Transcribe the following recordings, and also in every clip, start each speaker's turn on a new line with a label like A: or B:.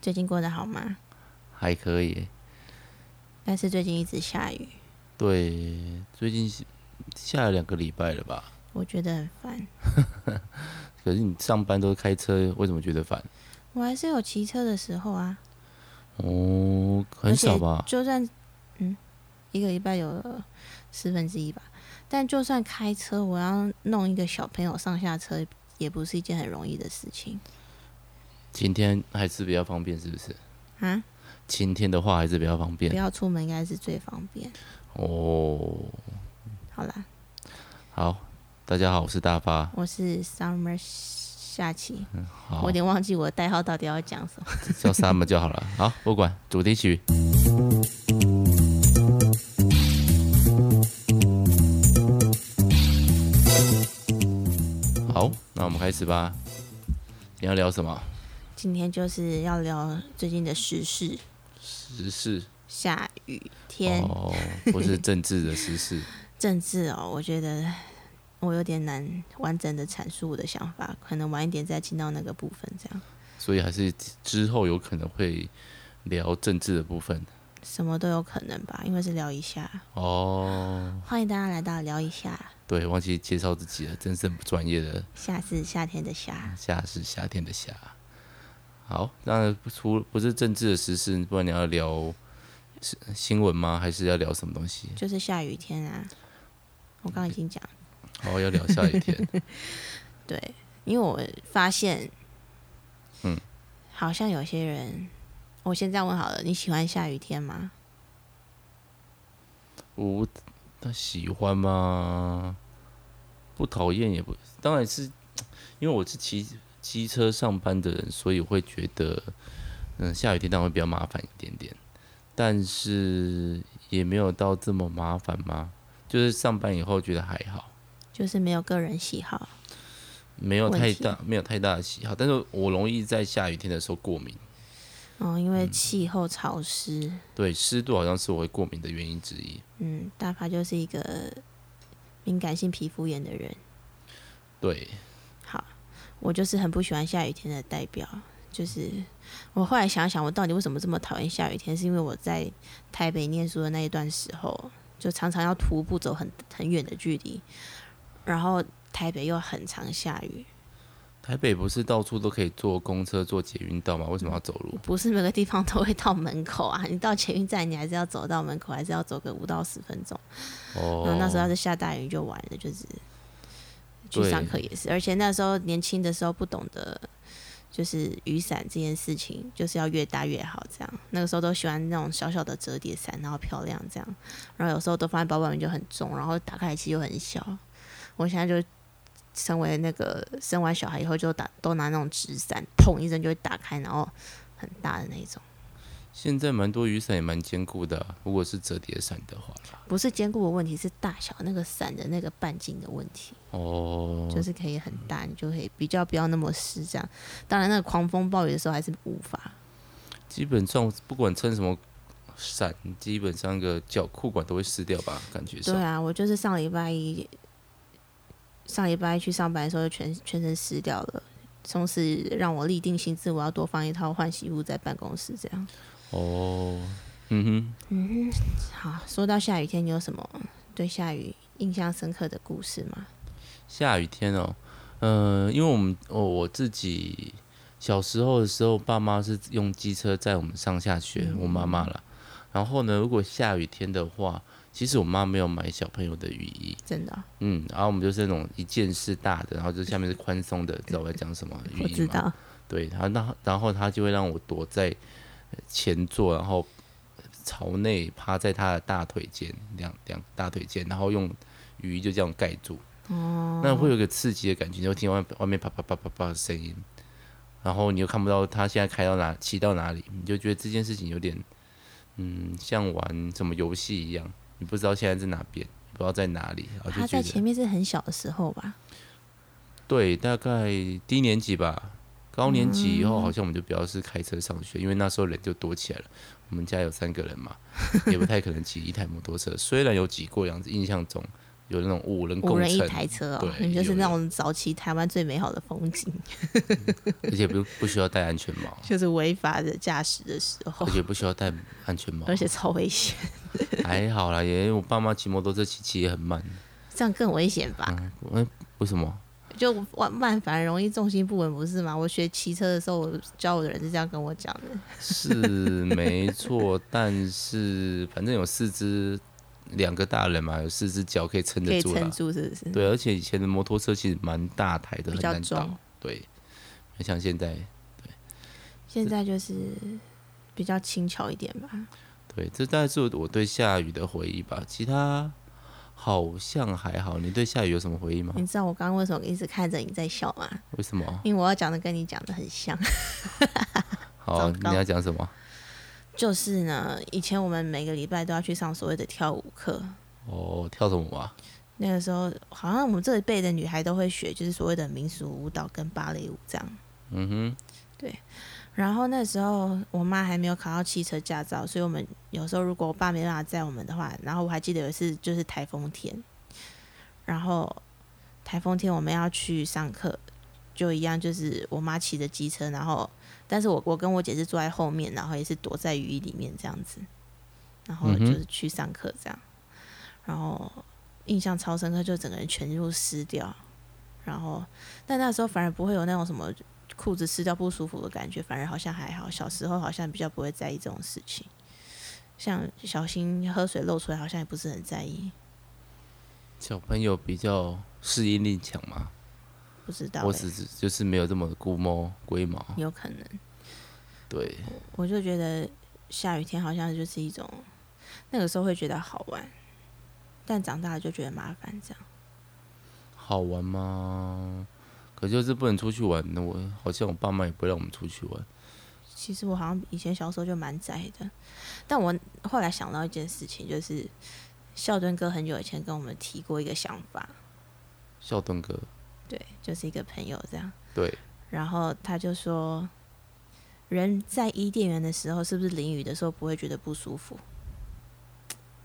A: 最近过得好吗？
B: 还可以欸。
A: 但是最近一直下雨，
B: 对，最近是下了两个礼拜了吧？
A: 我觉得很烦。
B: 可是你上班都是开车，为什么觉得烦？
A: 我还是有骑车的时候啊，
B: 哦，很
A: 而且
B: 少吧？
A: 就算嗯，一个礼拜有四分之一吧。但就算开车，我要弄一个小朋友上下车，也不是一件很容易的事情
B: 晴天还是比较方便，是不是？
A: 啊！
B: 晴天的话还是比较方
A: 不
B: 便。
A: 要出门应该是最方便。
B: 哦，
A: 好啦，
B: 好，大家好，我是大发。
A: 我是 Summer 下棋，我
B: 好
A: 有，点忘记我的代号到底要讲什么。
B: 叫 Summer 就好了。好，不管主题曲。好，那我们开始吧。你要聊什么？
A: 今天就是要聊最近的时事，
B: 时事
A: 下雨天、
B: 哦，不是政治的时事。
A: 政治哦，我觉得我有点难完整的阐述我的想法，可能晚一点再进到那个部分。这样
B: 所以还是之后有可能会聊政治的部分
A: 什么都有可能吧，因为是聊一下。
B: 哦。
A: 欢迎大家来到聊一下，
B: 对，忘记介绍自己了，真是很不专业的。
A: 夏是夏天的夏，
B: 夏是夏天的夏。好，那除不是政治的时事，不然你要聊是新闻吗？还是要聊什么东西？
A: 就是下雨天啊。我刚刚已经讲了，
B: 哦，要聊下雨天。
A: 对，因为我发现，
B: 嗯，
A: 好像有些人，我先这样问好了，你喜欢下雨天吗？
B: 我他喜欢吗？不讨厌也不，当然是因为我是骑机车上班的人，所以我会觉得，嗯，下雨天当然会比较麻烦一点点，但是也没有到这么麻烦吗？就是上班以后觉得还好，
A: 就是没有个人喜好，
B: 没有
A: 问
B: 太
A: 题
B: 大没有太大的喜好，但是我容易在下雨天的时候过敏，
A: 嗯，因为气候潮湿，
B: 对湿度好像是我会过敏的原因之一。
A: 嗯，大发就是一个敏感性皮肤炎的人。
B: 对，
A: 好，我就是很不喜欢下雨天的代表。就是我后来想想，我到底为什么这么讨厌下雨天？是因为我在台北念书的那一段时候，就常常要徒步走很很远的距离，然后台北又很常下雨，
B: 台北不是到处都可以坐公车、坐捷运到吗？为什么要走路？
A: 不是每个地方都会到门口啊。你到捷运站，你还是要走到门口，还是要走个五到十分钟。然
B: 哦
A: 后，那时候要是下大雨就完了，就是去
B: 对
A: 上课也是，而且那时候年轻的时候不懂得就是雨伞这件事情，就是要越大越好这样。那个时候都喜欢那种小小的折叠伞，然后漂亮这样，然后有时候都放在包包里面就很重，然后打开来其实又很小。我现在就。成为那个生完小孩以后就打都拿那种纸伞，砰一声就会打开，然后很大的那种，
B: 现在蛮多雨伞也蛮坚固的啊、如果是折叠伞的话啦。
A: 不是坚固的问题，是大小那个伞的那个半径的问题。
B: 哦，
A: 就是可以很大，你就可以比较不要那么湿这样。当然，那个狂风暴雨的时候还是无法。
B: 基本上不管撑什么伞，基本上那个脚裤管都会湿掉吧，感觉
A: 对
B: 上。
A: 啊，我就是上礼拜一，上礼拜一去上班的时候就全全身湿掉了，从此让我立定心智，我要多放一套换洗物在办公室这样。
B: 哦，嗯
A: 嗯，好，说到下雨天，你有什么对下雨印象深刻的故事吗？
B: 哼，下雨天哦，呃，因为我们哦我自己小时候的时候，爸妈是用机车载我们上下学，我妈妈啦。然后呢，如果下雨天的话，其实我妈没有买小朋友的雨衣，
A: 真的哦、
B: 嗯，然后我们就是那种一件式大的，然后就下面是宽松的，知道我在讲什么语
A: 我
B: 音
A: 知
B: 吗？
A: 道，
B: 对，然后那然后他就会让我躲在呃前座，然后呃朝内趴在他的大腿间，两两大腿间，然后用雨衣就这样盖住。哦，那会有一个刺激的感觉，你会听到外外面啪啪啪啪啪的声音，然后你又看不到他现在开到哪骑到哪里，你就觉得这件事情有点，嗯，像玩什么游戏一样，你不知道现在在哪边，不知道在哪里，然后
A: 他
B: 就觉
A: 在
B: 得
A: 前面是很小的时候吧，
B: 对，大概低年级吧，高年级
A: 嗯
B: 以后好像我们就比较是开车上学，因为那时候人就多起来了。我们家有三个人嘛，也不太可能骑一台摩托车。虽然有挤过两次，印象中，有那种五人
A: 五
B: 共
A: 人一
B: 乘，
A: 台车哦，
B: 对
A: 你们就是
B: 有
A: 那
B: 有
A: 种早期台湾最美好的风景，，
B: 而且不不需要戴安全帽
A: 就是违法的驾驶的时候
B: 而，且不需要戴安全帽，
A: 哦而且超危险，
B: 还好啦，因为我爸妈骑摩托车骑骑也很慢，
A: 这样更危险吧？
B: 嗯，为为什么？
A: 就万万反容易重心不稳，不是吗？我学骑车的时候，我教我的人是这样跟我讲的。
B: 是没错，但是反正有四只两个大人嘛，有四只脚可以撑
A: 可
B: 得
A: 以
B: 住啦啊
A: 撑。住，是不是？
B: 对，而且以前的摩托车其实蛮大台
A: 嗯比
B: 的，很
A: 较
B: 难
A: 重
B: 倒。对，不像现在，
A: 现在就是比较轻巧一点吧。
B: 嗯对，这大概是我对下雨的回忆吧。其他好像还好。你对下雨有什么回忆吗？
A: 你知道我刚刚为什么一直看着你在笑吗？
B: 为什么？
A: 因为我要讲的跟你讲的很像。
B: 好，你
A: 糟糕
B: 要讲什么？
A: 就是呢，以前我们每个礼拜都要去上所谓的跳舞课，
B: 哦，跳什么舞啊？
A: 那个时候好像我们这一辈的女孩都会学，就是所谓的民俗舞蹈跟芭蕾舞这样。
B: 嗯
A: 然后那时候我妈还没有考到汽车驾照，所以我们有时候如果我爸没办法载我们的话，然后我还记得有一次就是台风天，然后台风天我们要去上课，就一样就是我妈骑着机车，然后但是我我跟我姐是坐在后面，然后也是躲在雨衣里面这样子，然后
B: 嗯
A: 就
B: 哼
A: 是去上课这样，然后印象超深刻，就整个人全部湿掉，然后但那时候反而不会有那种什么裤子湿掉不舒服的感觉，反而好像还好。小时候好像比较不会在意这种事情，像小心喝水漏出来，好像也不是很在意。
B: 哼，小朋友比较适应力强嘛，
A: 不知道、
B: 我
A: 欸，
B: 只是就是没有这么估摸龟毛。
A: 有可能。
B: 对，
A: 我就觉得下雨天好像就是一种，那个时候会觉得好玩，但长大了就觉得麻烦。这样
B: 好玩吗？可就是不能出去玩，那我好像我爸妈也不会让我们出去玩。
A: 其实我好像以前小时候就蛮宅的，但我后来想到一件事情，就是孝敦哥很久以前跟我们提过一个想法，
B: 孝敦哥，
A: 对，就是一个朋友这样。
B: 对，
A: 然后他就说，人在伊甸园的时候，是不是淋雨的时候不会觉得不舒服？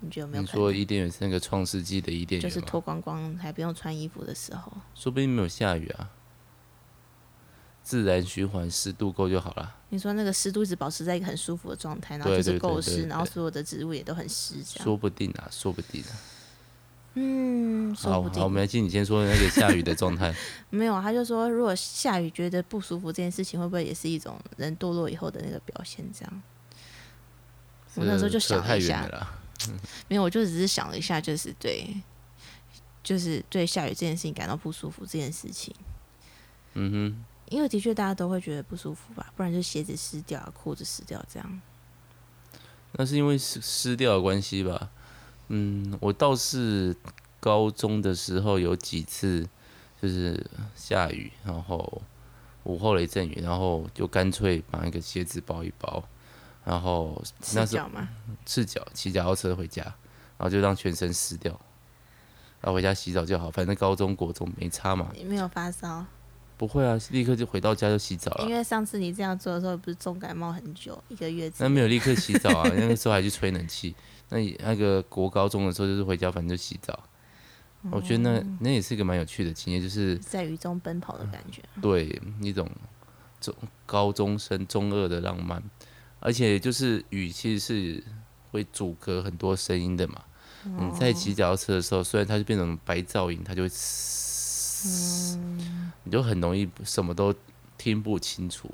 A: 你觉得有没有
B: 你
A: 可
B: 说
A: 能？
B: 伊甸园是那个创世纪的伊甸
A: 就
B: 园
A: 是
B: 吗
A: 脱光光还不用穿衣服的时候，
B: 说不定没有下雨啊，自然循环湿度够就好了。
A: 你说那个湿度一直保持在一个很舒服的状态，然后
B: 对
A: 就是
B: 对对
A: 够
B: 对
A: 湿，
B: 对
A: 然后所有的植物也都很湿，这样。
B: 说不定啊，说不定啊。
A: 嗯，说
B: 好
A: 不
B: 好，
A: 定
B: 没关系，你先说那个下雨的状态。
A: 没有。啊他就说，如果下雨觉得不舒服这件事情，会不会也是一种人堕落以后的那个表现？这样。 我那时候就
B: 这
A: 想
B: 扯
A: 了
B: 太
A: 一
B: 远
A: 下
B: 了，啦，
A: 没有，我就只是想了一下，就是对，就是对下雨这件事情感到不舒服这件事情，
B: 嗯
A: 因为的确大家都会觉得不舒服吧，不然就鞋子湿掉、啊裤子湿掉这样。
B: 哼，那是因为湿湿掉的关系吧。嗯，我倒是高中的时候有几次就是下雨，然后午后雷阵雨，然后就干脆把那个鞋子包一包，然后
A: 赤
B: 那是
A: 脚嘛，
B: 赤脚骑脚踏车回家，然后就让全身湿掉，然后回家洗澡就好，反正高中国中没差嘛。
A: 你没有发烧，
B: 不会啊，立刻就回到家就洗澡
A: 因
B: 了。
A: 为上次你这样做的时候，不是重感冒很久，一个月之
B: 那没有立刻洗澡 啊，那个时候还去吹冷气。那也那个国高中的时候就是回家，反正就洗澡。我觉得
A: 哦
B: 那那也是一个蛮有趣的经验，就是
A: 在雨中奔跑的
B: 嗯
A: 感觉。
B: 对一种中高中生中二的浪漫，而且就是雨其实是会阻隔很多声音的嘛。你在骑脚踏车的时候，虽然它就变成白噪音，它就会嘶，
A: 嗯
B: 你就很容易什么都听不清楚。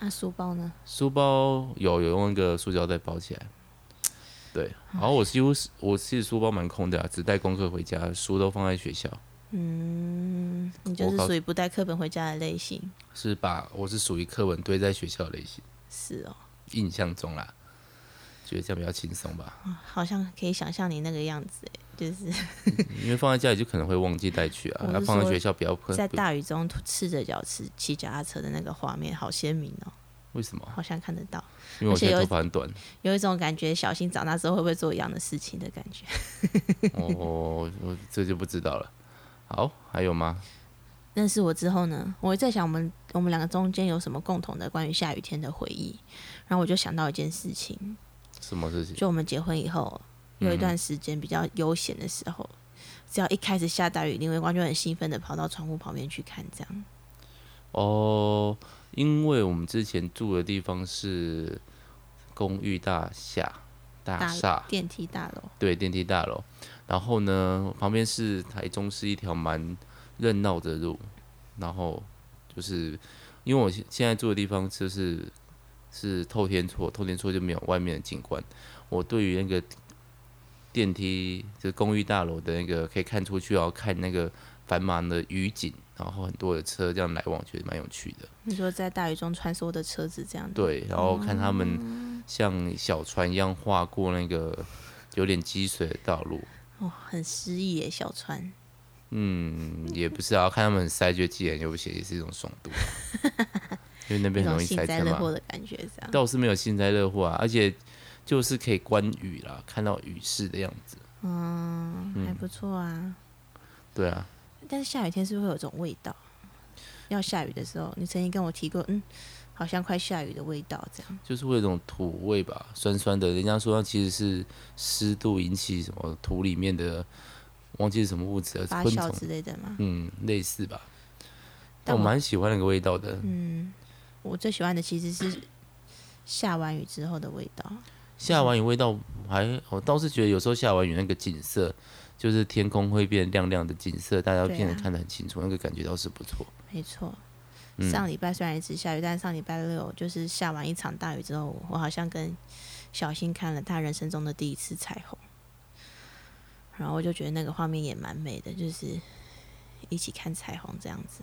A: 那书包呢？
B: 书包有有用一个塑胶袋包起来，对。然后我几乎是我其实书包蛮空的、啊，只带功课回家，书都放在学校。
A: 嗯，你就
B: 我
A: 是
B: 告
A: 属于不带课本回家的类型。
B: 是把我是属于课文堆在学校的类型，
A: 是哦，
B: 印象中啦，觉得这样比较轻松吧。
A: 好像可以想象你那个样子，哎，就是
B: 因为放在家里就可能会忘记带去啊
A: 我，是
B: 那放在
A: 说
B: 学校比较不
A: 在
B: 不
A: 大雨中赤着脚骑骑脚踏车的那个画面，好鲜明哦，
B: 为什么？
A: 好像看得到。
B: 因为我
A: 而且
B: 现在
A: 有
B: 头发很短。
A: 有一种感觉，小新长大之后会不会做一样的事情的感觉。
B: 哦，我这就不知道了。好，还有吗？
A: 认识我之后呢，我在想我们我们两个中间有什么共同的关于下雨天的回忆，然后我就想到一件事情，
B: 什么事情？
A: 就我们结婚以后有一段时间比较悠闲的时候，只要一开始下大雨，林维光就很兴奋的跑到窗户旁边去看，这样。
B: 哦，因为我们之前住的地方是公寓大厦大厦，
A: 电梯大楼，
B: 对，电梯大楼。然后呢，旁边是台中是一条蛮热闹的路，然后就是因为我现现在住的地方就是是透天厝，透天厝就没有外面的景观。我对于那个电梯，就是公寓大楼的那个可以看出去，然后看那个繁忙的雨景，然后很多的车这样来往，觉得蛮有趣的。
A: 你说在大雨中穿梭的车子这样，，
B: 对，然后看他们像小船一样划过那个有点积水的道路，
A: 哦，很诗意耶，小川。
B: 嗯，也不是啊，看他们很塞，觉得自己很悠闲，也是一种爽度 啊，因为那
A: 一
B: 边很
A: 种
B: 容易
A: 幸
B: 塞
A: 灾
B: 车
A: 乐
B: 嘛。
A: 祸的感觉，这样。
B: 倒是没有幸灾乐祸啊，而且就是可以观雨啦，看到雨势的样子。
A: 嗯，还不错啊。
B: 对啊，
A: 但是下雨天是不是会有一种味道？要下雨的时候，你曾经跟我提过，嗯，好像快下雨的味道，这样。
B: 就是会有一种土味吧，酸酸的。人家说其实是湿度引起什么土里面的，忘记是什么物质了，
A: 发
B: 昆
A: 酵
B: 虫，
A: 之类的嘛。
B: 嗯，类似吧。
A: 但
B: 但我
A: 我
B: 蛮喜欢那个味道的，
A: 嗯，我最喜欢的其实是下完雨之后的味道。
B: 下完雨味道还，我倒是觉得有时候下完雨那个景色，就是天空会变亮亮的景色，大家
A: 对啊
B: 变得看得很清楚，那个感觉倒是不错。
A: 没错，
B: 嗯
A: 上礼拜虽然一直下雨，但上礼拜六就是下完一场大雨之后，我好像跟小新看了他人生中的第一次彩虹，然后我就觉得那个画面也蛮美的，就是一起看彩虹这样子。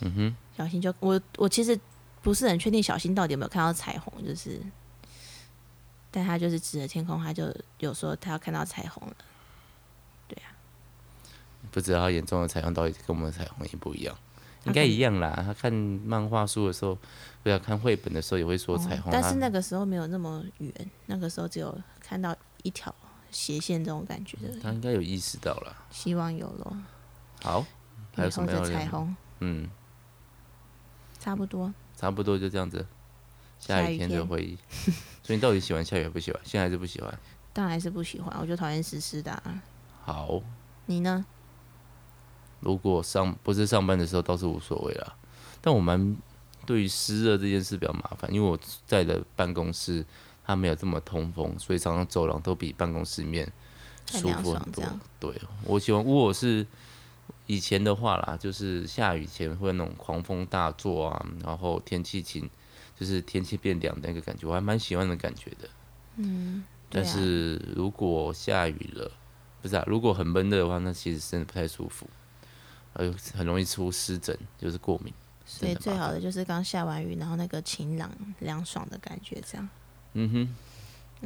B: 嗯哼，
A: 小新就我我其实不是很确定小新到底有没有看到彩虹，就是，但他就是指着天空，他就有说他要看到彩虹了。
B: 不知道他眼中的彩虹到底跟我们的彩虹一不一样，
A: 他
B: 应该
A: 可能
B: 一样啦。他看漫画书的时候，不要看绘本的时候也会说啊彩
A: 哦
B: 虹，
A: 嗯但是
B: 他
A: 那个时候没有那么远，那个时候只有看到一条斜线这种感觉的。
B: 他应该有意识到了。
A: 希望有咯，
B: 好，还
A: 以
B: 有什
A: 后
B: 么要
A: 的
B: 聊
A: 彩
B: 的？
A: 虹
B: 嗯，
A: 差不多。
B: 差不多就这样子。
A: 下
B: 下
A: 雨
B: 雨天的
A: 天
B: 回忆，所以你到底喜欢下雨还不喜欢？现在还是不喜欢。
A: 但还是不喜欢，我就讨厌湿湿的、啊。
B: 好，
A: 你呢？
B: 如果上不是上班的时候倒是无所谓啦，但我蛮对于湿热这件事比较麻烦，因为我在的办公室它没有这么通风，所以常常走廊都比办公室里面
A: 很
B: 舒
A: 凉
B: 服
A: 爽
B: 很
A: 这
B: 多
A: 样。
B: 对我喜欢，如果是以前的话啦，就是下雨前会有那种狂风大作啊，然后天气晴，就是天气变凉的那个感觉，我还蛮喜欢的感觉的。
A: 对
B: 但
A: 啊
B: 是如果下雨了，不是啊，如果很闷热的话，那其实真的不太舒服，呃，很容易出湿疹，就是过敏。
A: 所以
B: 真的
A: 最
B: 麻烦
A: 好的就是刚下完雨，然后那个晴朗凉爽的感觉，这样。
B: 嗯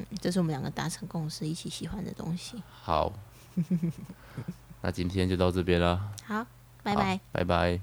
B: 哼，
A: 这是我们两个达成共识，一起喜欢的东西。
B: 好，那今天就到这边啦，
A: 好，拜
B: 好
A: 拜。，
B: 拜拜。